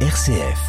RCF.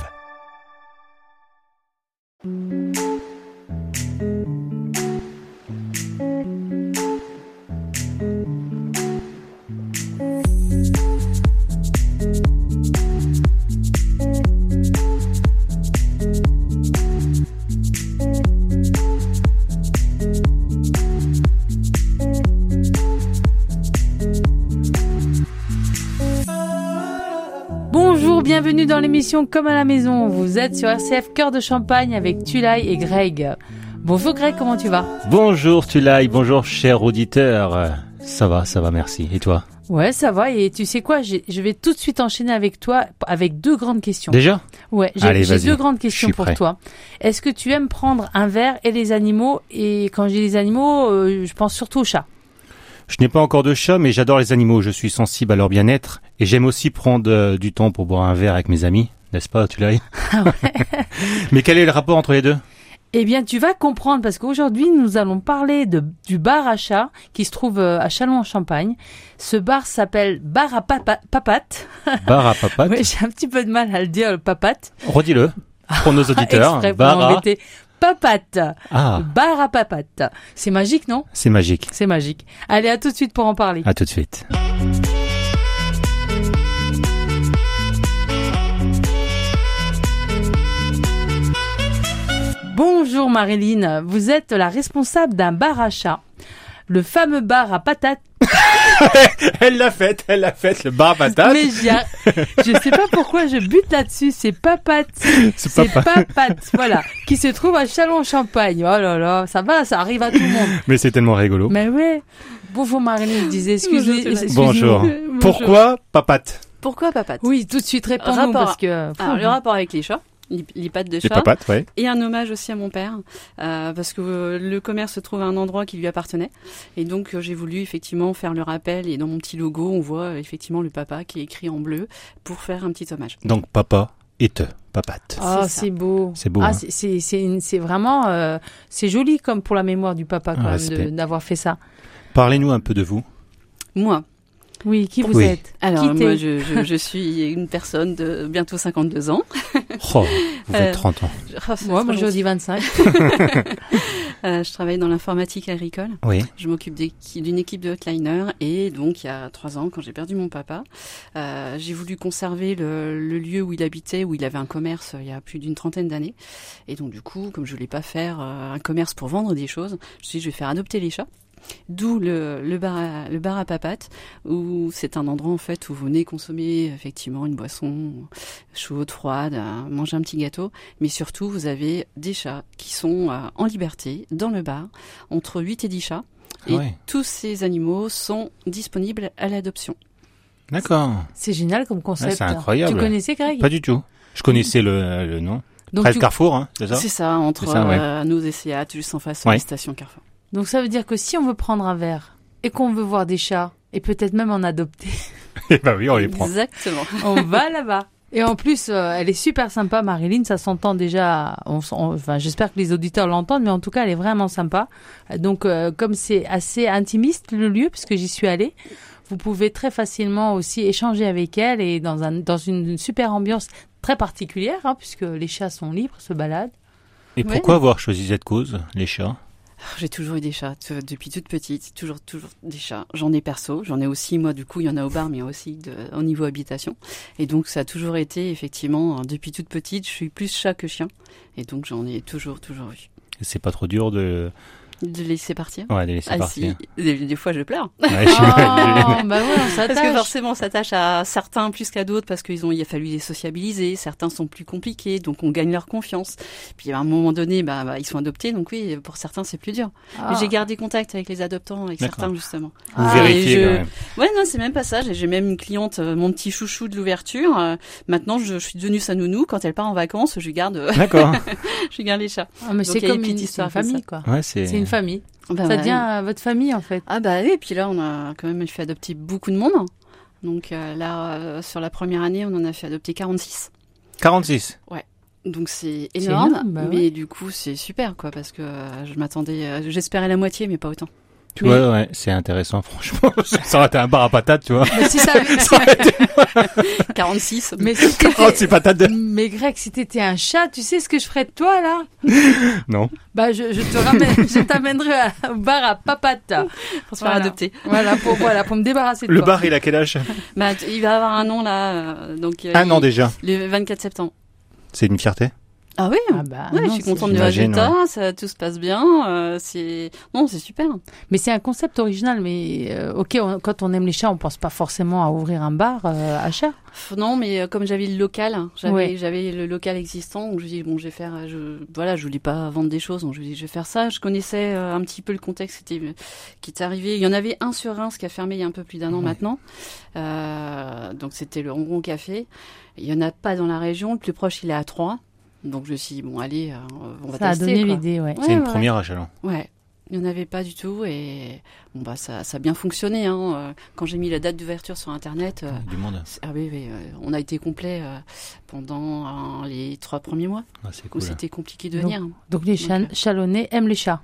Bonjour, bienvenue dans l'émission Comme à la maison. Vous êtes sur RCF Cœur de Champagne avec Tulay et Greg. Bonjour Greg, comment tu vas Bonjour Tulay, bonjour cher auditeur. Ça va, ça va, merci. Et toi Ouais, ça va. Et tu sais quoi j'ai- Je vais tout de suite enchaîner avec toi avec deux grandes questions. Déjà Ouais, j'ai Allez, j'ai vas-y. deux grandes questions suis pour prêt. toi. Est-ce que tu aimes prendre un verre et les animaux Et quand je dis les animaux, euh, je pense surtout aux chats. Je n'ai pas encore de chat, mais j'adore les animaux. Je suis sensible à leur bien-être. Et j'aime aussi prendre euh, du temps pour boire un verre avec mes amis. N'est-ce pas, Tulay Ah Mais quel est le rapport entre les deux Eh bien, tu vas comprendre parce qu'aujourd'hui, nous allons parler de, du bar à chat qui se trouve euh, à Châlons-en-Champagne. Ce bar s'appelle Bar à Papa- Papate. Bar à papates. Oui, Ah j'ai un petit peu de mal à le dire, le papate. Redis-le pour nos auditeurs. Exprès Ah, pour Bar à... m'embêter. Papate. Ah, Bar à papate. C'est magique, non c'est magique. C'est magique. Allez, à tout de suite pour en parler. À tout de suite. Bonjour Marilyn, vous êtes la responsable d'un bar à chat. Le fameux bar à patates. Elle l'a faite, elle l'a faite, le bar à patates. Mais j'y a- je sais pas pourquoi je bute là-dessus. C'est papate. C'est C'est papa. papate. Voilà. Qui se trouve à Chalon-Champagne. Oh là là. Ça va, ça arrive à tout le monde. Mais c'est tellement rigolo. Mais ouais. Bonjour Marilyn, je disais, excusez, Bonjour, excusez Bonjour. Pourquoi papates Pourquoi papate Oui, tout de suite, réponds-nous Rapport. parce que. Alors, le rapport avec les chats, les les pattes de Les chat, papates, ouais. et un hommage aussi à mon père, euh, parce que euh, le commerce se trouve à un endroit qui lui appartenait, et donc euh, j'ai voulu effectivement faire le rappel, et dans mon petit logo, on voit euh, effectivement le papa qui est écrit en bleu, pour faire un petit hommage. Donc papa et te, papates. Ah, C'est ça. c'est beau. C'est beau, Ah, hein. c'est- c'est c'est une- c'est vraiment euh, c'est joli comme pour la mémoire du papa quand Un même respect. de- d'avoir fait ça. Parlez-nous un peu de vous. Moi, Oui, qui vous Oui. êtes alors Qui t'es moi je, je, je suis une personne de bientôt 52 ans. Oh, vous faites Euh, 30 ans. Je, oh, c'est Moi, trop moi j'ai dit 25. long. Euh, je travaille dans l'informatique agricole. Oui. Je m'occupe des- d'une équipe de hotliners et donc il y a trois ans, quand j'ai perdu mon papa, euh, j'ai voulu conserver le, le lieu où il habitait, où il avait un commerce euh, il y a plus d'une trentaine d'années. Et donc du coup, comme je voulais pas faire euh, un commerce pour vendre des choses, je me suis dit, je vais faire adopter les chats. D'où le, le, bar à, le bar à papate, où c'est un endroit en fait où vous venez consommer effectivement une boisson chaude, froide, euh, manger un petit gâteau, mais surtout vous avez des chats qui sont euh, en liberté dans le bar, entre 8 et 10 chats. Ah Et ouais. tous ces animaux sont disponibles à l'adoption. D'accord. C'est génial comme concept. Ah, c'est incroyable. Tu connaissais Greg Pas du tout. Je connaissais le, le nom. donc, Rêve tu- Carrefour, hein, c'est ça C'est ça, entre C'est ça, ouais. euh, nos essais, juste en face, sur Ouais. les stations Carrefour. donc ça veut dire que si on veut prendre un verre et qu'on veut voir des chats et peut-être même en adopter, Eh ben oui, on les prend. Exactement. on va là-bas. Et en plus, euh, elle est super sympa, Marilyn. Ça s'entend déjà. On, s- on- enfin, j'espère que les auditeurs l'entendent, mais en tout cas, elle est vraiment sympa. Euh, Donc, euh, comme c'est assez intimiste le lieu, puisque j'y suis allée, vous pouvez très facilement aussi échanger avec elle et dans un dans une super ambiance très particulière, hein, puisque les chats sont libres, se baladent. Et Ouais. pourquoi avoir choisi cette cause, les chats J'ai toujours eu des chats, t- depuis toute petite, toujours, toujours des chats. J'en ai perso, j'en ai aussi, moi, du coup, il y en a au bar, mais aussi de- au niveau habitation. Et donc, ça a toujours été, effectivement, euh, depuis toute petite, je suis plus chat que chien. Et donc, j'en ai toujours, toujours eu. C'est pas trop dur de, De laisser partir ouais, de laisser Ah partir. si, des, des fois, je pleure. Ouais, Oh, j'imagine. bah ouais, on Parce que s'attache. forcément, on s'attache à certains plus qu'à d'autres parce qu'ils ont, il a fallu les sociabiliser. Certains sont plus compliqués, donc on gagne leur confiance. Puis à un moment donné, bah, bah, ils sont adoptés, donc oui, pour certains, c'est plus dur. Ah. Mais J'ai gardé contact avec les adoptants, avec D'accord. certains justement. Vous Ah, vérifiez et je- quand même. Ouais, non, c'est même pas ça. J'ai- J'ai même une cliente, euh, mon petit chouchou de l'ouverture. euh, maintenant, je, je suis devenue sa nounou. Quand elle part en vacances, je lui garde, euh, D'accord. je lui garde les chats. Ah, mais Donc, c'est il y a comme une une, petite histoire une comme ça. famille, quoi. Ouais, c'est. C'est une famille. Bah, Ça ouais. devient euh, votre famille, en fait. Ah bah oui, et puis là, on a quand même fait adopter beaucoup de monde. Donc euh, là, euh, sur la première année, on en a fait adopter 46. 46. Donc c'est C'est énorme, énorme, bah mais du coup c'est super quoi parce que euh, je m'attendais, euh, j'espérais la moitié mais pas autant. Tu vois, ouais, c'est intéressant, franchement. ça aurait été un bar à patates, tu vois. Bah, Mais si ça... Ça aurait été 46. Mais si t'étais- oh, ces patates de... Mais Greg, si t'étais un chat, tu sais ce que je ferais de toi là Non. Bah, je, je te ramène, je t'amènerai à- au bar à papata. pour se faire Voilà. adopter. Voilà pour voilà pour me débarrasser de Le toi. bar, il a quel âge Bah, t- il va avoir un an là, euh, donc euh, Un il- an déjà. le 24 septembre. C'est une fierté. Ah oui. Ah bah, ouais, non, je suis c'est- contente du J'imagine, résultat, ça, tout se passe bien. euh, c'est non, c'est super. Mais c'est un concept original. Mais euh, ok, on- quand on aime les chats, on pense pas forcément à ouvrir un bar euh, à chat. Pff, Non, mais euh, comme j'avais le local, hein, j'avais Ouais. j'avais le local existant, donc je dis bon, je vais faire. euh, Je, voilà, je voulais pas vendre des choses, donc je dis je vais faire ça. Je connaissais euh, un petit peu le contexte qui était, qui est arrivé. Il y en avait un sur Reims qui a fermé il y a un peu plus d'un an Ouais. maintenant. Euh, donc c'était le Ronron Café. Il y en a pas dans la région. Le plus proche, il est à Troyes. Donc je me suis dit, bon, allez, euh, on va Ça a tester. donné quoi. l'idée, ouais. Ouais, c'est une ouais. première à Chalon. Ouais, il n'y en avait pas du tout et bon bah ça, ça a bien fonctionné. Hein. Euh, Quand j'ai mis la date d'ouverture sur internet, euh, Du monde. c'est- ah oui, oui, euh, on a été complet euh, pendant euh, les trois premiers mois Ah, c'est où cool. c'était compliqué de Donc- venir. Donc les chan- Ok. chalonnais aiment les chats.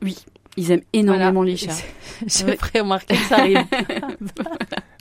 Ils aiment énormément Voilà. les chats. J'ai Ouais. pris remarquer que ça arrive.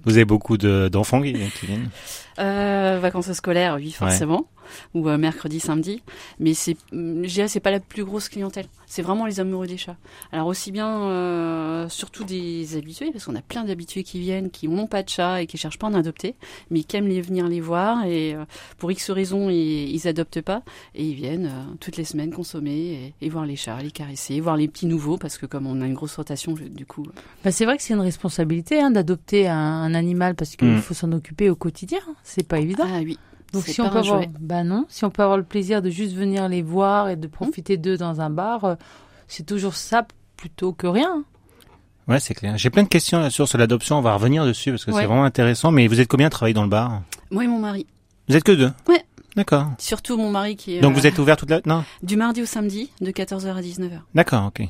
Vous avez beaucoup de- d'enfants qui, qui viennent Euh, vacances scolaires, oui forcément, ou euh, mercredi, samedi. Mais c'est, hum, je dirais, c'est pas la plus grosse clientèle. C'est vraiment les amoureux des chats. Alors aussi bien, euh, surtout des habitués, parce qu'on a plein d'habitués qui viennent, qui n'ont pas de chat et qui cherchent pas à en adopter, mais qui aiment les venir les voir et euh, pour X raisons ils, ils adoptent pas et ils viennent euh, toutes les semaines consommer et, et voir les chats, les caresser, voir les petits nouveaux parce que comme on a une grosse rotation, je- du coup, Bah, c'est vrai que c'est une responsabilité hein, d'adopter un, un animal parce qu'il Mm. faut s'en occuper au quotidien. hein. C'est pas évident. ah oui. Donc c'est si on pas peut un avoir, jouet. Mmh. bah non, si on peut avoir le plaisir de juste venir les voir et de profiter d'eux dans un bar, euh, c'est toujours ça plutôt que rien. Ouais, c'est clair. J'ai plein de questions là, sur sur l'adoption. On va revenir dessus parce que Ouais. c'est vraiment intéressant. Mais vous êtes combien à travailler dans le bar moi et mon mari, Vous êtes que deux Ouais. D'accord. surtout mon mari qui est Donc euh, vous êtes ouvert toute la... Non Du mardi au samedi, de 14h à 19h. D'accord, ok. Euh,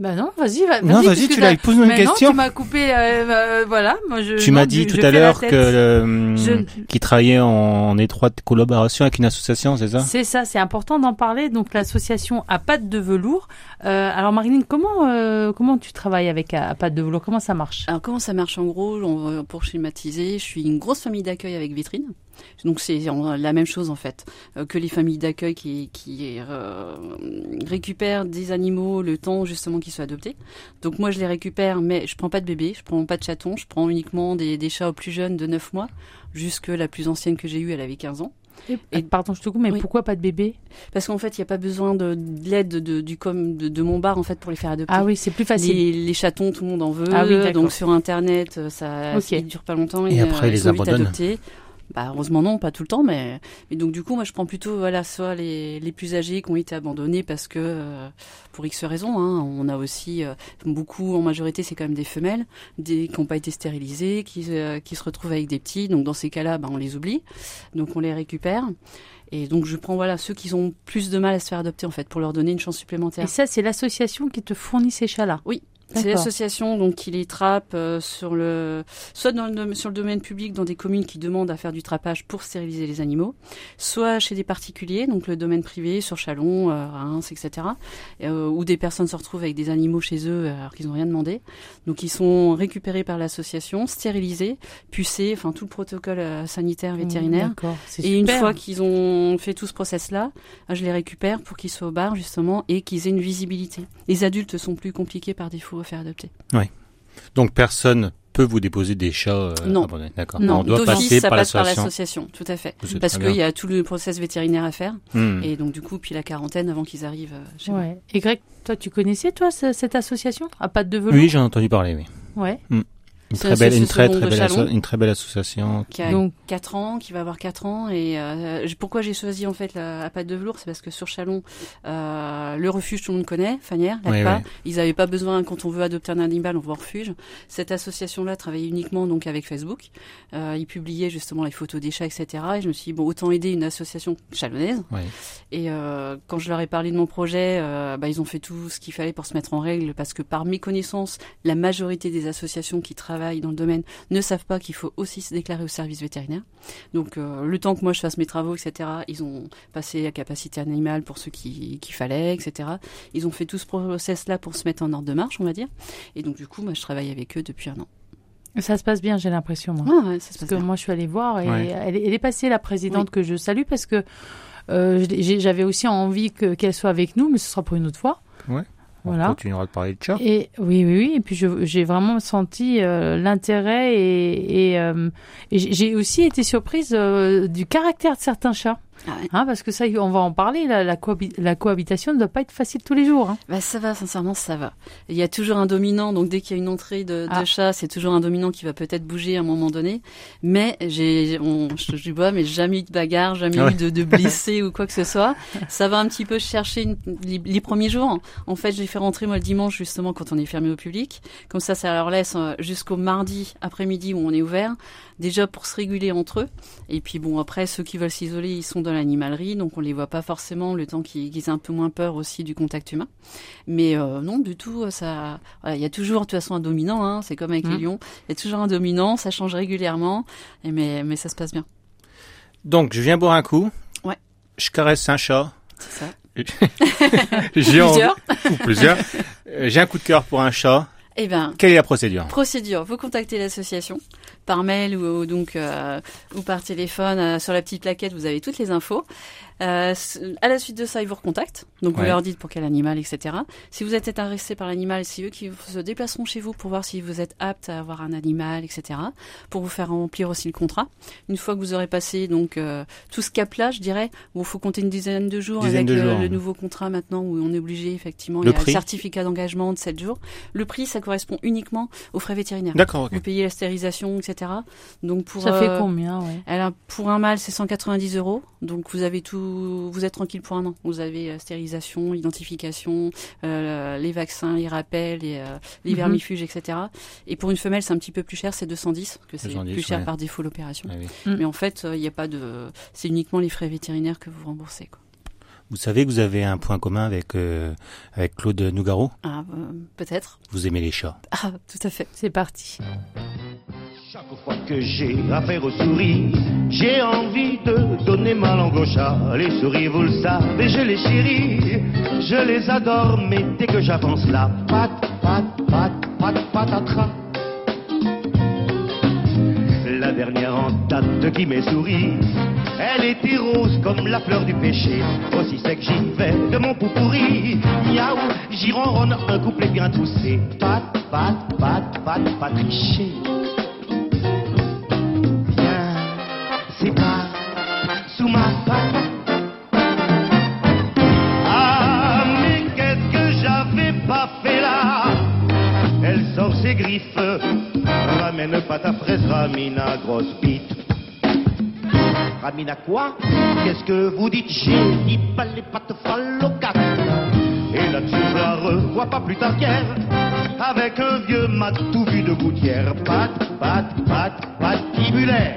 Bah non, vas-y, va, Non, parce vas-y, que tu t'as- l'as pose une Mais non, question. tu m'as coupé, euh, euh, voilà. Moi, je, Tu non, m'as je- dit je tout à fais la l'heure tête. que euh, Je- qui travaillait en étroite collaboration avec une association, c'est ça C'est ça, c'est important d'en parler. Donc l'association à pâte de velours. Euh, alors Marilyn, comment euh, comment tu travailles avec à, à pâte de velours Comment ça marche Alors comment ça marche en gros on va- Pour schématiser, je suis une grosse famille d'accueil avec vitrine. Donc c'est en- la même chose en fait euh, que les familles d'accueil qui, qui euh, récupèrent des animaux le temps justement qu'ils soient adoptés. Donc moi je les récupère mais je prends pas de bébé, je prends pas de chaton, je prends uniquement des, des chats aux plus jeunes de 9 mois jusque la plus ancienne que j'ai eue, elle avait 15 ans. et, Euh, Pardon, je te coupe, mais Oui. pourquoi pas de bébé Parce qu'en fait il n'y a pas besoin de, de l'aide de, du com de, de mon bar en fait pour les faire adopter. Ah oui, c'est plus facile. Les, les chatons, tout le monde en veut. Ah oui, d'accord. donc sur Internet, euh, ça Ok. ne dure pas longtemps. Et ils, après, euh, ils les sont vite abandonnent. adoptés. Bah, heureusement non, pas tout le temps, mais, mais donc du coup, moi je prends plutôt voilà soit les, les plus âgés qui ont été abandonnés parce que euh, pour X raisons, hein, on a aussi euh, beaucoup en majorité c'est quand même des femelles, des qui n'ont pas été stérilisées, qui, euh, qui se retrouvent avec des petits, donc dans ces cas-là, bah, on les oublie, donc on les récupère et donc je prends voilà ceux qui ont plus de mal à se faire adopter en fait pour leur donner une chance supplémentaire. Et ça, c'est l'association qui te fournit ces chats-là. C'est D'accord. l'association donc qui les trappe euh, sur le soit dans le dom- sur le domaine public dans des communes qui demandent à faire du trappage pour stériliser les animaux, soit chez des particuliers donc le domaine privé sur Chalon, euh, Reims, etc. euh, où des personnes se retrouvent avec des animaux chez eux euh, alors qu'ils n'ont rien demandé. Donc ils sont récupérés par l'association, stérilisés, pucés, enfin tout le protocole euh, Mmh, sanitaire vétérinaire. Mm, D'accord, c'est Et une super. fois qu'ils ont fait tout ce process-là, euh, je les récupère pour qu'ils soient au bar, justement, et qu'ils aient une visibilité. Les adultes sont plus compliqués par défaut à faire adopter. Donc personne peut vous déposer des chats euh, Non. abandonnés. D'accord. non, On doit d'office, passer ça par passe par l'association. l'association, tout à fait. C'est Parce très qu'il bien. y a tout le process vétérinaire à faire. Hmm. Et donc, du coup, puis la quarantaine avant qu'ils arrivent euh, chez moi. Ouais. Et Greg, toi, tu connaissais, toi, ce- cette association À pâte de velours Oui, j'ai entendu parler, oui. Ouais. Une C'est très belle, une très, l'association très de belle, asso- Chalon. une très belle association. Qui a Donc, 4 ans, qui va avoir 4 ans. Et euh, j- pourquoi j'ai choisi en fait la, la pâte de velours C'est parce que sur Chalon, euh, le refuge, tout le monde connaît, Fanière, Ouais, l'ACPA. ouais. Ils n'avaient pas besoin, quand on veut adopter un animal, on va au refuge. Cette association-là travaillait uniquement donc avec Facebook. Euh, ils publiaient justement les photos des chats, etc. Et je me suis dit, bon, autant aider une association chalonnaise. Ouais. Et euh, quand je leur ai parlé de mon projet, euh, bah, ils ont fait tout ce qu'il fallait pour se mettre en règle parce que par mes connaissances, la majorité des associations qui travaillent travaillent dans le domaine ne savent pas qu'il faut aussi se déclarer au service vétérinaire. Donc euh, le temps que moi je fasse mes travaux, etc., ils ont passé la capacité animale pour ceux qui qu'il fallait, etc. Ils ont fait tout ce process-là pour se mettre en ordre de marche, on va dire. Et donc du coup, moi je travaille avec eux depuis un an. Ça se passe bien, j'ai l'impression. Moi. Ouais, ouais, ça Parce se passe que bien. moi, je suis allée voir et Ouais. elle, est- elle est passée, la présidente que je salue, parce que euh, j'ai- j'avais aussi envie que- qu'elle soit avec nous, mais ce sera pour une autre fois. Ouais. On Voilà. continuera de parler de chat. Et oui, oui, oui. Et puis je- j'ai vraiment senti euh, l'intérêt et, et, euh, et j'ai- j'ai aussi été surprise euh, du caractère de certains chats. Ah ouais. Hein, parce que ça, on va en parler. La, la, cohabi- la cohabitation ne doit pas être facile tous les jours. hein. Bah, ça va, sincèrement, ça va. Il y a toujours un dominant, donc dès qu'il y a une entrée de, de Ah. chat, c'est toujours un dominant qui va peut-être bouger à un moment donné. Mais j'ai, on, je, je bois, mais jamais eu de bagarre, jamais Ah ouais. eu de, de blessé ou quoi que ce soit. Ça va un petit peu chercher une- les, les premiers jours. En fait, j'ai fait rentrer moi le dimanche justement quand on est fermé au public. Comme ça, ça leur laisse euh, jusqu'au mardi après-midi où on est ouvert, déjà pour se réguler entre eux. Et puis bon, après, ceux qui veulent s'isoler, ils sont dans l'animalerie, donc on les voit pas forcément le temps qu'ils qu'ils aient un peu moins peur aussi du contact humain. Mais euh, non, du tout, ça. voilà, Il y a toujours, de toute façon, un dominant. Hein, c'est comme avec les Mm. lions. Il y a toujours un dominant. Ça change régulièrement. Et mais, mais ça se passe bien. Donc, je viens boire un coup. Ouais. Je caresse un chat. C'est ça. J'ai envie- Plusieurs. ou plusieurs. Euh, J'ai un coup de cœur pour un chat. Eh ben. Quelle est la procédure Procédure, vous contactez l'association par mail ou, ou donc euh, ou par téléphone euh, sur la petite plaquette, vous avez toutes les infos. Euh, s- à la suite de ça, ils vous recontactent. Donc vous Ouais. leur dites pour quel animal, etc. Si vous êtes intéressé par l'animal, c'est eux qui se déplaceront chez vous pour voir si vous êtes apte à avoir un animal, etc. Pour vous faire remplir aussi le contrat. Une fois que vous aurez passé donc euh, tout ce cap-là, je dirais, il faut compter une dizaine de jours Dizaine avec de le- jours. le nouveau contrat maintenant où on est obligé effectivement Le il y a prix. le certificat d'engagement de 7 jours. Le prix, ça correspond uniquement aux frais vétérinaires. D'accord, ok. Vous payez la stérilisation, etc. Donc pour ça fait euh, combien ouais. elle a- pour un mâle, c'est 190 euros. Donc vous avez tout, vous êtes tranquille pour un an. Vous avez la stérilisation, l'identification, euh, les vaccins, les rappels, les, euh, les Mhm. vermifuges, etc. Et pour une femelle, c'est un petit peu plus cher, c'est 210, parce que c'est 210, plus cher ouais. par défaut l'opération. Ah oui. Mais en fait, euh, il n'y a pas de, c'est uniquement les frais vétérinaires que vous remboursez. Quoi. Vous savez que vous avez un point commun avec, euh, avec Claude Nougaro Ah, euh, peut-être. Vous aimez les chats. Ah, tout à fait. C'est parti. Chaque fois que j'ai affaire aux souris, j'ai envie de donner ma langue au chat. Les souris, vous le savez, je les chéris, je les adore, mais dès que j'avance la pat, pat, pat, pat, patatras. La dernière en date qui m'est souris, elle était rose comme la fleur du péché. Aussi sec j'y vais de mon pou pourri. Miaou, j'y ronronne un couplet bien toussé. Pat, pat, pat, pat, pat, tricher bien, c'est pas sous ma patte. Ah, mais qu'est-ce que j'avais pas fait là Elle sort ses griffes, ramène pas ta fraise, Ramina, grosse bite. Ramina quoi Qu'est-ce que vous dites J'ai dit pas les pattes fallocates. Et là-dessus, je la revois pas plus tard qu'hier, avec un vieux mat tout vu de gouttière. Pat, pat, pat, pat, tibulaire.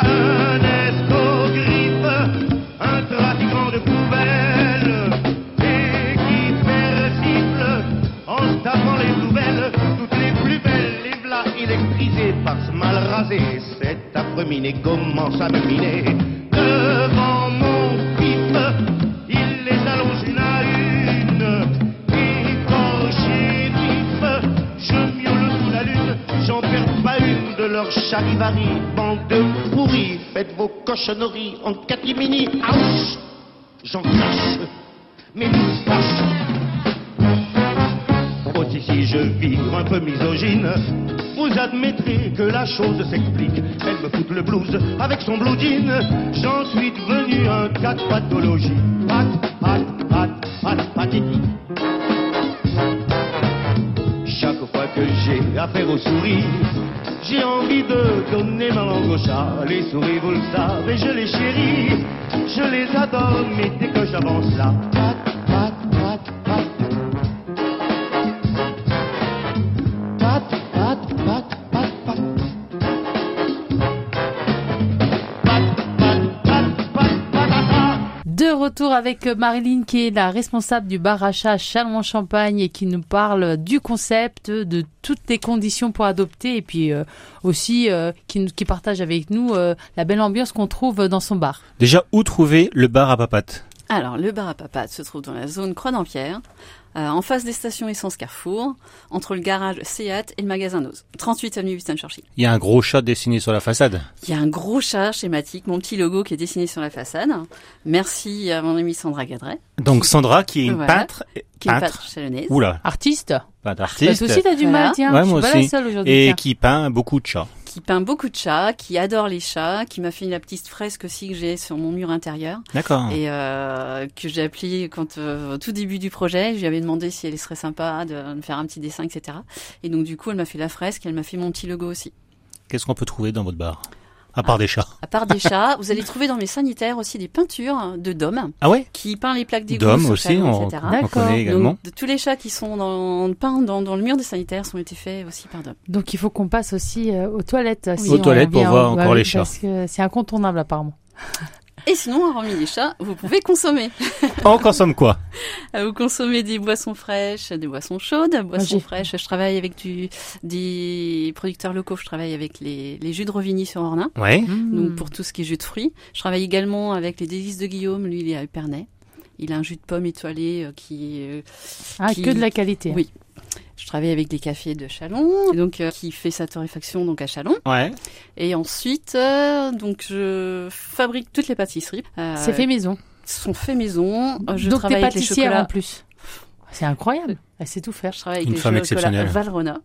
Un escogriffe, un trafiquant de poubelles, et qui percible en se tapant les nouvelles, toutes les plus belles, les v'là électrisées par ce mal rasé. Cet après-midi commence à me miner. Devant mon pif, il les allonge une à une, écorché vif, je miaule sous la lune, j'en perds pas une de leurs charivaris, bande de pourris, faites vos cochonneries en catimini, ouch, j'en crache mes moustaches. Aussi si je vire un peu misogyne, vous admettrez que la chose s'explique. Elle me fout le blues avec son blue jean. J'en suis devenu un cas de pathologie. Pat, pat, pat, pat, pathétique. Chaque fois que j'ai affaire aux souris, j'ai envie de donner ma langue au chat. Les souris, vous le savez, je les chéris, je les adore, mais dès que j'avance là, pat, pat, pat, pat. Pat, pat, pat, pat, pat. Pat, pat, pat, pat, pat, pat, pat. De retour avec euh, Marilyn qui est la responsable du bar à chat Chalon-Champagne et qui nous parle du concept, de toutes les conditions pour adopter et puis euh, aussi euh, qui, nous- qui partage avec nous euh, la belle ambiance qu'on trouve dans son bar. Déjà, où trouver le bar à papate Alors, le bar à papates se trouve dans la zone Croix d'Empierre, euh, en face des stations essence Carrefour, entre le garage Seat et le magasin Noz, 38 avenue Winston Churchill. Il y a un gros chat dessiné sur la façade. Il y a un gros chat schématique, mon petit logo qui est dessiné sur la façade. Merci à mon amie Sandra Gadret, Donc Sandra, qui est une Voilà. peintre, qui est Peintre. peintre Bah, chalonnaise. oula, Artiste peintre Bah, Toi artiste, aussi t'as du mal, Voilà. tiens. Ouais, je suis moi pas aussi. la seule hein. aujourd'hui. et tiens. qui peint beaucoup de chats. qui peint beaucoup de chats, qui adore les chats, qui m'a fait la petite fresque aussi que j'ai sur mon mur intérieur D'accord. et euh, que j'ai appelée quand euh, au tout début du projet, je lui avais demandé si elle serait sympa de me faire un petit dessin, etc. Et donc du coup, elle m'a fait la fresque, elle m'a fait mon petit logo aussi. Qu'est-ce qu'on peut trouver dans votre bar À Ah. part des chats. À part des chats, vous allez trouver dans mes sanitaires aussi des peintures de Dom Ah ouais qui peint les plaques d'égout, D'hommes sur aussi, Chalon, on, etc. on D'accord. connaît également. Donc, de tous les chats qui sont dans, peints dans, dans le mur des sanitaires sont été faits aussi par Dom. Donc il faut qu'on passe aussi euh, aux toilettes. si Aux on toilettes pour vient- voir ouais, encore oui, les chats. Parce que c'est incontournable apparemment. Et sinon, hormis les chats, vous pouvez consommer. On consomme quoi Euh, Vous consommez des boissons fraîches, des boissons chaudes, boissons j'ai- fraîches. Je travaille avec du, des producteurs locaux. Je travaille avec les, les jus de Revigny sur Ornain, Ouais. Mm. Hmm. donc pour tout ce qui est jus de fruits. Je travaille également avec les délices de Guillaume. Lui, il est à Épernay. Il a un jus de pomme étoilé euh, qui. euh, Ah, qui- que de la qualité. Oui. je travaille avec des cafés de Chalon, et donc euh, qui fait sa torréfaction donc à Chalon. Ouais. Et ensuite, euh, donc je fabrique toutes les pâtisseries. Euh, C'est fait maison. Sont faits maison. Euh, Je Donc t'es travaille avec les pâtissière en chocolats. plus. C'est incroyable. Elle sait tout faire. Je travaille avec Une les femme chocolats exceptionnelle. Valrhona.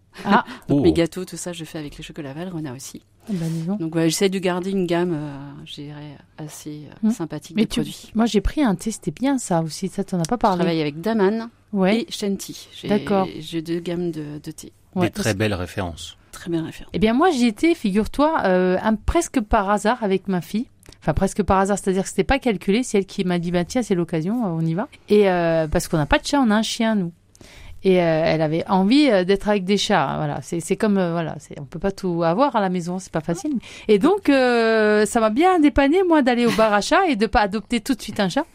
Oh. Mes gâteaux, tout ça, je fais avec les chocolats Valrhona aussi. Ah bah, dis donc. Donc voilà, j'essaie de garder une gamme, euh, je dirais, assez euh, Mm. sympathique Mais de tu, produits. moi j'ai pris un thé, c'était bien ça aussi. Ça t'en as pas Je parlé. travaille avec Daman Ouais. et Shanti. J'ai- D'accord. J'ai deux gammes de, de thé. ouais. Oh, Des très belles références. Ah, Très bien référent. Eh bien, moi, j'y étais, figure-toi, euh, un- presque par hasard avec ma fille. Enfin, presque par hasard, c'est-à-dire que c'était pas calculé. C'est elle qui m'a dit, bah, tiens, c'est l'occasion, euh, on y va. Et euh, parce qu'on n'a pas de chat, on a un chien, nous. Et euh, elle avait envie euh, d'être avec des chats. hein, Voilà, c'est c'est comme euh, voilà, c'est- on peut pas tout avoir à la maison, c'est pas facile. Et donc euh, ça m'a bien dépanné moi d'aller au bar à chats et de pas adopter tout de suite un chat.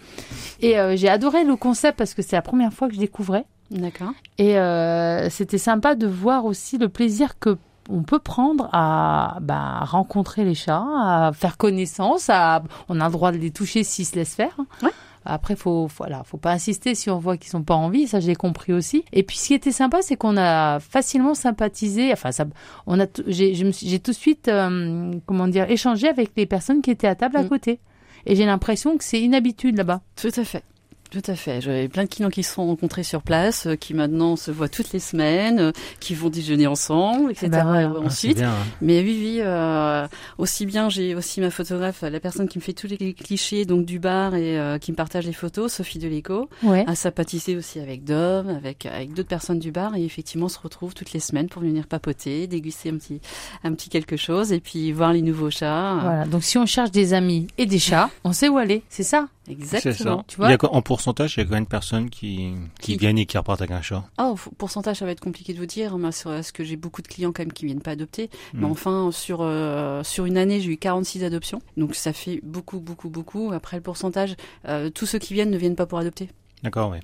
Et euh, j'ai adoré le concept parce que c'est la première fois que je découvrais. D'accord. Et euh, c'était sympa de voir aussi le plaisir que on peut prendre à bah, rencontrer les chats, à faire connaissance, à on a le droit de les toucher s'ils se laissent faire. Ouais. Après, faut voilà, faut pas insister si on voit qu'ils sont pas en vie, ça j'ai compris aussi. Et puis ce qui était sympa, c'est qu'on a facilement sympathisé. Enfin, ça, on a, tout- j'ai je me suis- j'ai tout de suite euh, comment dire échangé avec les personnes qui étaient à table à Mm. côté. Et j'ai l'impression que c'est une habitude là-bas. Tout à fait. Tout à fait. J'avais plein de clients qui se sont rencontrés sur place, euh, qui maintenant se voient toutes les semaines, euh, qui vont déjeuner ensemble, Eh etc. ben voilà. Euh, Ah, c'est Ensuite, bien, hein. Mais oui, oui, euh, aussi bien, j'ai aussi ma photographe, la personne qui me fait tous les clichés donc du bar et euh, qui me partage les photos, Sophie Deléco, Ouais. à sympathiser aussi avec Dom, avec, avec d'autres personnes du bar et effectivement on se retrouve toutes les semaines pour venir papoter, déguster un petit, un petit quelque chose et puis voir les nouveaux chats. Voilà. Donc si on cherche des amis et des chats, on sait où aller. C'est ça. Exactement. C'est ça. tu vois. Il y a quoi- en pourcentage, il y a combien de personnes qui, qui Qui- viennent et qui repartent avec un chat Oh, f- pourcentage, ça va être compliqué de vous dire, mais sur- parce que j'ai beaucoup de clients quand même qui viennent pas adopter. Mais Mm. enfin, sur euh, sur une année, j'ai eu 46 adoptions, donc ça fait beaucoup, beaucoup, beaucoup. Après le pourcentage, euh, tous ceux qui viennent ne viennent pas pour adopter. D'accord, oui.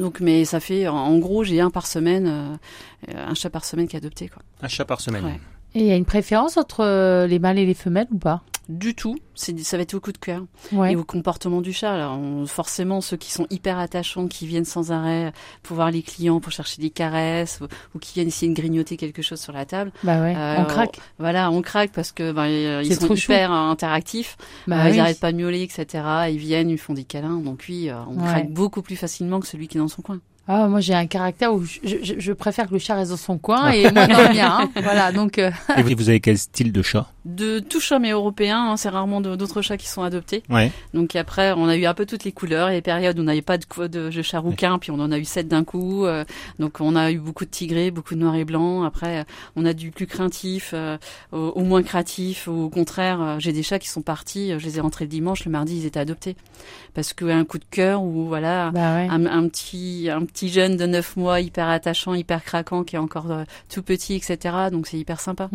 Donc, mais ça fait, en- en gros, j'ai un par semaine, euh, euh, un chat par semaine qui est adopté, quoi. Un chat par semaine. Ouais. Et il y a une préférence entre euh, les mâles et les femelles ou pas Du tout, c'est, ça va être au coup de cœur Ouais. et au comportement du chat. Alors, on- forcément, ceux qui sont hyper attachants, qui viennent sans arrêt pour voir les clients, pour chercher des caresses, ou, ou qui viennent essayer de grignoter quelque chose sur la table. Bah ouais, Euh, on craque. Voilà, on craque parce que ben, euh, ils C'est sont trop hyper euh, interactifs. Bah Euh, oui. Ils arrêtent pas de miauler, etc. Ils viennent, ils font des câlins. Donc oui, euh, on Ouais. craque beaucoup plus facilement que celui qui est dans son coin. Ah, moi j'ai un caractère où je, je- je préfère que le chat reste dans son coin Ah. et moi dans le mien. hein. Voilà, donc euh, Et vous- vous avez quel style de chat De tout chat mais européen, hein, c'est rarement de- d'autres chats qui sont adoptés. Ouais. Donc après, on a eu un peu toutes les couleurs. Il y a des périodes où on n'avait pas de, quoi- de, de chat rouquin, puis on en a eu sept d'un coup. euh, donc on a eu beaucoup de tigrés, beaucoup de noirs et blancs. Après, euh, on a du plus craintif euh, au, au moins créatif. Au contraire, euh, j'ai des chats qui sont partis. euh, Je les ai rentrés le dimanche, le mardi, ils étaient adoptés parce que un coup de cœur ou voilà. bah ouais. Un, un petit un petit jeune de 9 mois hyper attachant hyper craquant qui est encore euh, tout petit etc donc c'est hyper sympa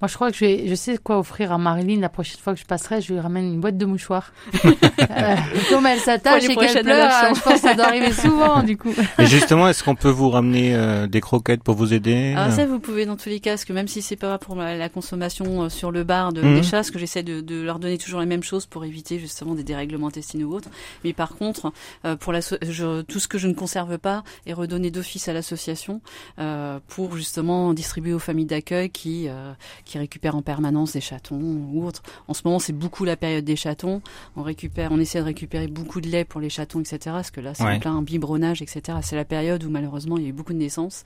Moi, je crois que je, vais- je sais quoi offrir à Marilyn la prochaine fois que je passerai. Je lui ramène une boîte de mouchoirs. Euh, comme elle s'attache Pour les et qu'elle prochaines pleure, hein, élections. je pense que ça doit arriver souvent, du coup. Et justement, est-ce qu'on peut vous ramener euh, des croquettes pour vous aider Alors Ah, ça, vous pouvez dans tous les cas, parce que même si c'est pas pour la, la consommation euh, sur le bar de, Mhm. des chats, parce que j'essaie de, de leur donner toujours les mêmes choses pour éviter justement des dérèglements intestinaux ou autres. Mais par contre, euh, pour la, so- je- tout ce que je ne conserve pas est redonné d'office à l'association euh, pour justement distribuer aux familles d'accueil qui euh, qui récupèrent en permanence des chatons ou autres. En ce moment, c'est beaucoup la période des chatons. On récupère, on essaie de récupérer beaucoup de lait pour les chatons, etc. Parce que là, c'est Ouais. en plein biberonnage, etc. C'est la période où malheureusement il y a eu beaucoup de naissances,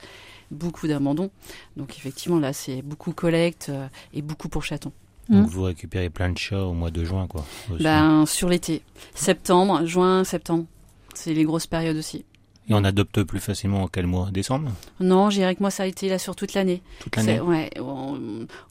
beaucoup d'abandons. Donc effectivement, là, c'est beaucoup collecte euh, et beaucoup pour chatons. Donc Hmm. vous récupérez plein de chats au mois de juin, quoi. aussi. Ben, sur l'été, septembre, juin, septembre, c'est les grosses périodes aussi. Et on adopte plus facilement en quel mois Décembre Non, je dirais que moi, ça a été là sur toute l'année. Toute l'année C'est- Ouais. on-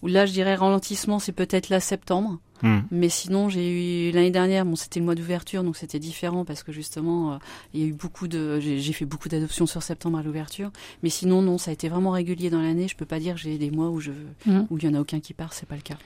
Ou là, je dirais ralentissement, c'est peut-être là septembre. Hmm. Mais sinon, j'ai eu l'année dernière, bon, c'était le mois d'ouverture, donc c'était différent parce que justement, euh, il y a eu beaucoup de, j'ai j'ai fait beaucoup d'adoptions sur septembre à l'ouverture. Mais sinon, non, ça a été vraiment régulier dans l'année. Je peux pas dire que j'ai des mois où je, Mm. où il y en a aucun qui part, c'est pas le cas.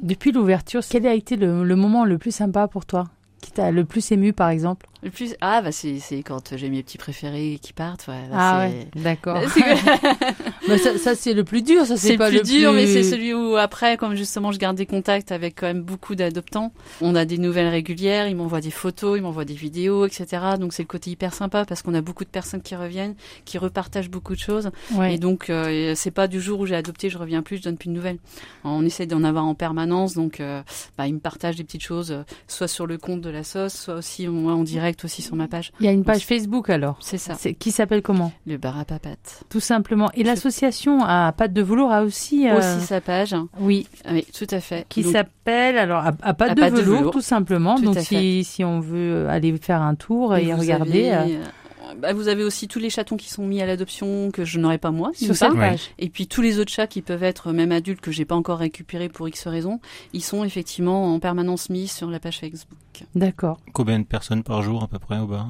Depuis l'ouverture, quel a été le, le moment le plus sympa pour toi Qui t'a le plus ému, par exemple Le plus, ah bah c'est, c'est quand j'ai mes petits préférés qui partent. Ouais, là, Ah c'est- ouais, d'accord. C'est Mais ça, ça, c'est le plus dur, ça c'est c'est pas le plus dur, mais c'est plus- celui où après, comme justement, je garde des contacts avec quand même beaucoup d'adoptants. On a des nouvelles régulières, ils m'envoient des photos, ils m'envoient des vidéos, etc. Donc c'est le côté hyper sympa parce qu'on a beaucoup de personnes qui reviennent, qui repartagent beaucoup de choses. Ouais. Et donc, euh, c'est pas du jour où j'ai adopté, je reviens plus, je donne plus de nouvelles. On essaie d'en avoir en permanence, donc euh, bah, ils me partagent des petites choses, euh, soit sur le compte de la sauce, soit aussi moi en direct, aussi sur ma page. Il y a une page Facebook alors C'est ça, C'est- qui s'appelle comment le bar à papate. Tout simplement. Et l'association à Pâte de Velours a aussi. euh, Aussi sa page, hein. Oui, Ah oui, tout à fait. qui Donc, s'appelle alors à, à Pâte À de, Pâte de velours, Velours. tout simplement. Tout Donc à si, si on veut aller faire un tour et, vous regarder avez, euh, euh, bah, vous avez aussi tous les chatons qui sont mis à l'adoption que je n'aurais pas moi, d'une sur cette part. Ouais. page. Et puis tous les autres chats qui peuvent être euh, même adultes que j'ai pas encore récupérés pour X raisons, ils sont effectivement en permanence mis sur la page Facebook. D'accord. Combien de personnes par jour à peu près au bar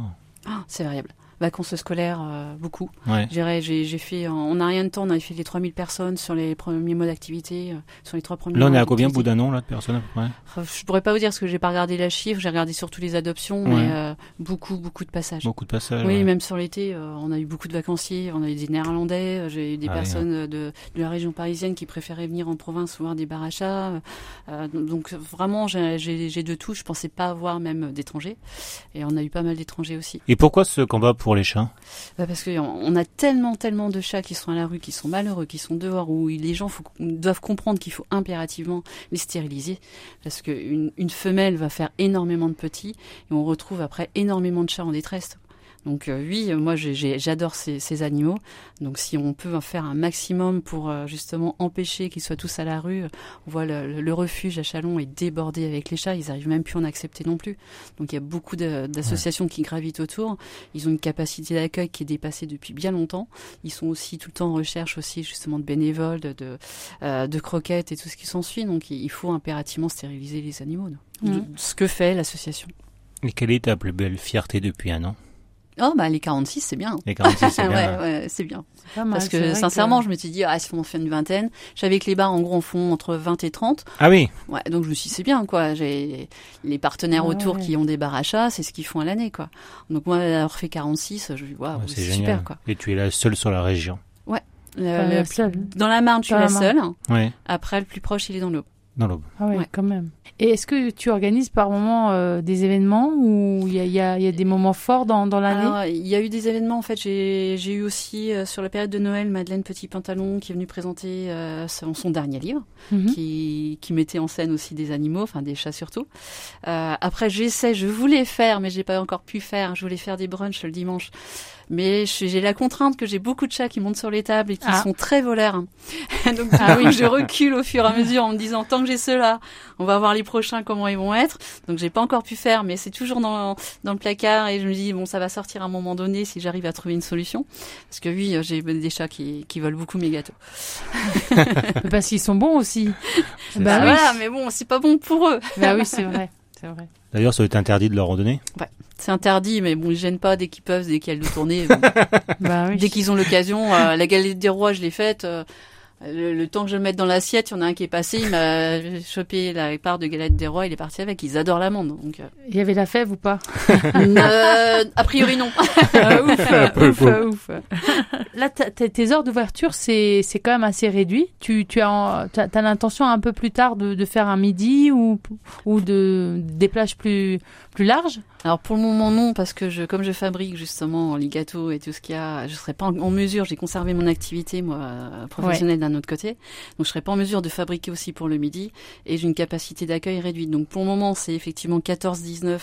Ah, c'est variable. Vacances scolaires, euh, beaucoup. Ouais. Je dirais, J'ai j'ai fait, en- en un rien de temps, on avait fait les 3000 personnes sur les premiers mois d'activité, euh, sur les trois premiers Là, on mois est à combien au bout d'activité. d'un an là, de personnes à peu près Euh, Je pourrais pas vous dire parce que j'ai pas regardé la chiffre, j'ai regardé surtout les adoptions, Ouais. mais euh, beaucoup, beaucoup de passages. Beaucoup de passages. Oui, ouais. même sur l'été, euh, on a eu beaucoup de vacanciers, on a eu des Néerlandais, euh, j'ai eu des Ah oui, personnes euh, de, de la région parisienne qui préféraient venir en province voir des barachas. euh, donc vraiment, j'ai- j'ai j'ai de tout. Je pensais pas avoir même d'étrangers, et on a eu pas mal d'étrangers aussi. Et pourquoi ce combat pour les chats Bah, parce que on- on a tellement, tellement de chats qui sont à la rue, qui sont malheureux, qui sont dehors, où les gens faut- doivent comprendre qu'il faut impérativement les stériliser, parce qu'une une femelle va faire énormément de petits, et on retrouve après énormément de chats en détresse. Donc euh, oui, euh, moi j'ai- j'ai- j'adore ces, ces animaux, donc si on peut en faire un maximum pour euh, justement empêcher qu'ils soient tous à la rue, on voit le, le- le refuge à Chalon est débordé avec les chats, ils arrivent même plus à en accepter non plus. Donc il y a beaucoup de- d'associations qui gravitent autour, ils ont une capacité d'accueil qui est dépassée depuis bien longtemps. Ils sont aussi tout le temps en recherche aussi justement de bénévoles, de, de, euh, de croquettes et tout ce qui s'ensuit. Donc il il faut impérativement stériliser les animaux. donc. Mhm. De- Ce que fait l'association. Et quelle est ta plus belle fierté depuis un an Oh bah les 46 c'est bien. Les 46, c'est Ah bien. hein. ouais, ouais, c'est bien. C'est pas mal, Parce c'est que vrai sincèrement, je me suis dit, ah, si on en fait une vingtaine, je savais que les bars en gros en font entre 20 et 30. Ah oui Ouais, donc je me suis dit, c'est bien, quoi. J'ai les partenaires Ah autour ouais. qui ont des bars à chats, c'est ce qu'ils font à l'année, quoi. Donc moi, avoir fait 46, je me dis, waouh, Ouais, Ah, c'est super, quoi. Et tu es la seule sur la région. Le- Enfin, le- la seule. Dans la Marne, je suis Dans la la Marne. seule. Ouais, Après, le plus proche, il est dans l'eau. dans l'aube. Ah ouais, Ouais. quand même. Et est-ce que tu organises par moment euh, des événements où il y a, il y a- il y a des moments forts dans, dans l'année Alors, il y a eu des événements, en fait. J'ai j'ai eu aussi, euh, sur la période de Noël, Madeleine Petit-Pantalon qui est venue présenter euh, son, son dernier livre, Mhm. euh, qui, qui mettait en scène aussi des animaux, enfin des chats surtout. Euh, après, j'essaie, je voulais faire, mais j'ai pas encore pu faire. Je voulais faire des brunchs le dimanche. Mais je suis- j'ai la contrainte que j'ai beaucoup de chats qui montent sur les tables et qui Ah. sont très voleurs. Donc, du coup, je recule au fur et à mesure en me disant, tant que j'ai ceux-là, on va voir les prochains comment ils vont être. Donc, j'ai pas encore pu faire, mais c'est toujours dans, dans le placard et je me dis, bon, ça va sortir à un moment donné si j'arrive à trouver une solution. Parce que oui, j'ai des chats qui, qui veulent beaucoup mes gâteaux. Mais Parce qu'ils sont bons aussi. C'est Bah ça. Ah, oui. voilà, mais bon, c'est pas bon pour eux. bah oui, c'est vrai. C'est vrai. D'ailleurs, ça doit être interdit de leur en donner. C'est interdit, mais bon, ils gênent pas dès qu'ils peuvent, dès qu'il y a le dos tourné. Bon, Bah oui. dès qu'ils ont l'occasion, euh, la galette des rois, je l'ai faite. euh, Le, le temps que je le mette dans l'assiette, il y en a un qui est passé, il m'a chopé la part de galette des rois, il est parti avec. Ils adorent l'amande. Donc, euh, Il y avait la fève ou pas euh, a priori non. Ah, Ouf, Un peu, ouf, pauvre. ouf. Là, t'as- t'as- tes heures d'ouverture, c'est c'est quand même assez réduit. Tu, tu as, en- t'as as, l'intention un peu plus tard de, de faire un midi ou, ou de, des plages plus, plus larges Alors pour le moment non parce que je, comme je fabrique justement les gâteaux et tout ce qu'il y a, je serais pas en, en mesure. J'ai conservé mon activité moi euh, professionnelle d'un autre côté, donc je serais pas en mesure de fabriquer aussi pour le midi et j'ai une capacité d'accueil réduite. Donc pour le moment c'est effectivement 14-19.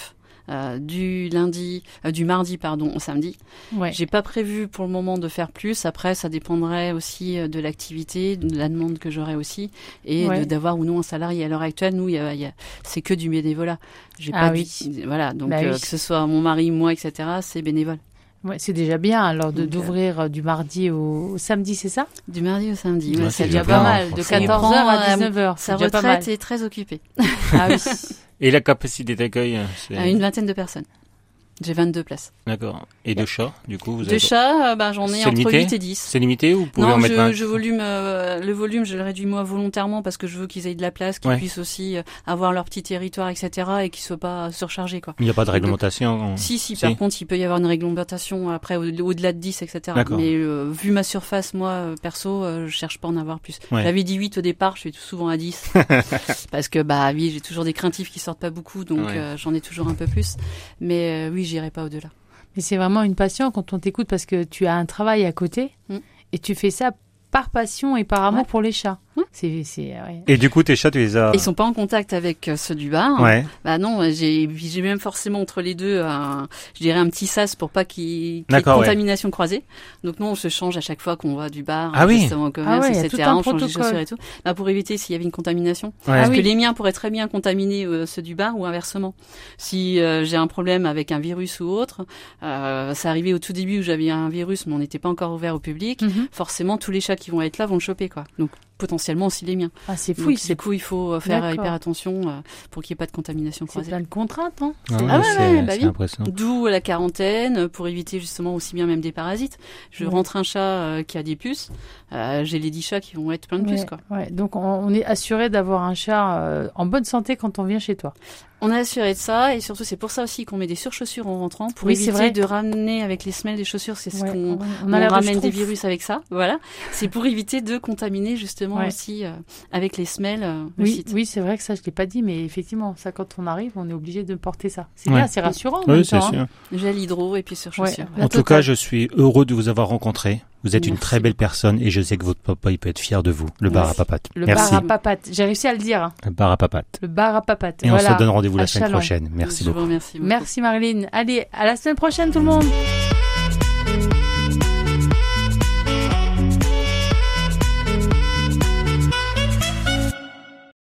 euh, du lundi, euh, du mardi pardon, au samedi. Ouais. J'ai pas prévu pour le moment de faire plus. Après, ça dépendrait aussi euh, de l'activité, de la demande que j'aurai aussi, et Ouais. de- d'avoir ou non un salarié. À l'heure actuelle, nous, il y a- il y a- c'est que du bénévolat. J'ai Ah pas oui. dit- voilà. Donc Bah euh, oui. que ce soit mon mari, moi, etc., c'est bénévole. Ouais, c'est déjà bien alors de- Donc, euh, d'ouvrir euh, du mardi au, au samedi, c'est ça Du mardi au samedi, Ouais, ouais, c'est c'est déjà déjà pas pas mal, mal. De De franchement. 14h 14h à 19h. Sa c'est déjà pas mal. retraite est très occupée, euh, Ah oui. Et la capacité d'accueil, euh, c'est... à Ah, une vingtaine de personnes. J'ai 22 places. D'accord. Et deux chats, du coup, vous Deux avez- chats, euh, bah, j'en ai C'est entre limité 8 et 10. C'est limité ou vous pouvez en non, mettre je, un je volume euh, le volume, je le réduis moi volontairement parce que je veux qu'ils aient de la place, qu'ils Ouais. puissent aussi euh, avoir leur petit territoire, etc. et qu'ils soient pas surchargés quoi. Il n'y a pas de réglementation. Si, si, Si. Par contre, il peut y avoir une réglementation après au- au-delà de 10, etc. D'accord. Mais euh, vu ma surface, moi euh, perso, euh, je cherche pas à en avoir plus. Ouais. J'avais dit 8 au départ, je suis souvent à 10 parce que bah oui, j'ai toujours des craintifs qui sortent pas beaucoup, donc Ouais. euh, j'en ai toujours un peu plus. Mais euh, oui, j'irai pas au-delà. Mais c'est vraiment une passion quand on t'écoute parce que tu as un travail à côté Mm. et tu fais ça par passion et par amour Ouais. pour les chats. Ouais. C'est c'est ouais. Et du coup, tes chats, tu les as... Ils sont pas en contact avec euh, ceux du bar. Ouais. Bah non, j'ai j'ai même forcément entre les deux, un, je dirais un petit sas pour pas qu'il qu'il y ait de D'accord, ouais. contamination croisée. Donc non, on se change à chaque fois qu'on va du bar Ah oui. justement au commerce, Ah ouais, il y a etc. tout un on change les protocole. chaussures et tout. Bah, pour éviter s'il y avait une contamination. Ouais. Ah Parce oui. que les miens pourraient très bien contaminer euh, ceux du bar ou inversement. Si euh, j'ai un problème avec un virus ou autre, euh, ça arrivait au tout début où j'avais un virus mais on n'était pas encore ouvert au public. Mhm. Forcément, tous les chats qui vont être là vont le choper quoi. Donc potentiellement aussi les miens. Ah, c'est fou, Donc, c'est du coup, il faut euh, faire D'accord. hyper attention euh, pour qu'il n'y ait pas de contamination c'est croisée. plein de contraintes, hein Ah ouais, Ah ouais, c'est- ouais, bah c'est oui. impressionnant. D'où la quarantaine euh, pour éviter justement aussi bien même des parasites. Je Ouais. rentre un chat euh, qui a des puces, euh, j'ai les 10 chats qui vont être plein de puces Ouais, quoi. ouais. Donc on, on est assuré d'avoir un chat euh, en bonne santé quand on vient chez toi. On a assuré de ça et surtout c'est pour ça aussi qu'on met des surchaussures en rentrant pour Oui, c'est éviter vrai. de ramener avec les semelles des chaussures, c'est ce Ouais, qu'on on on l'air de ramène des schtroumpf. virus avec ça, voilà. C'est pour éviter de contaminer justement Ouais. aussi euh, avec les semelles euh, le Oui, site. oui c'est vrai que ça, je l'ai pas dit, mais effectivement, ça, quand on arrive, on est obligé de porter ça. C'est Ouais. bien, c'est rassurant. en même Oui, c'est temps, hein. sûr. Gel hydro et puis Ouais. surchaussures. ouais. La En tout cas, totale. je suis heureux de vous avoir rencontré. Vous êtes une Merci. très belle personne et je sais que votre papa, il peut être fier de vous. Le bar à Merci. papate. Le Merci. bar à papate. J'ai réussi à le dire. hein. Le bar à papate. Le bar à papate. Et voilà. on se donne rendez-vous à la semaine Châlons. prochaine. Merci Je beaucoup. vous remercie beaucoup. Merci Marilyn. Allez, à la semaine prochaine tout le monde.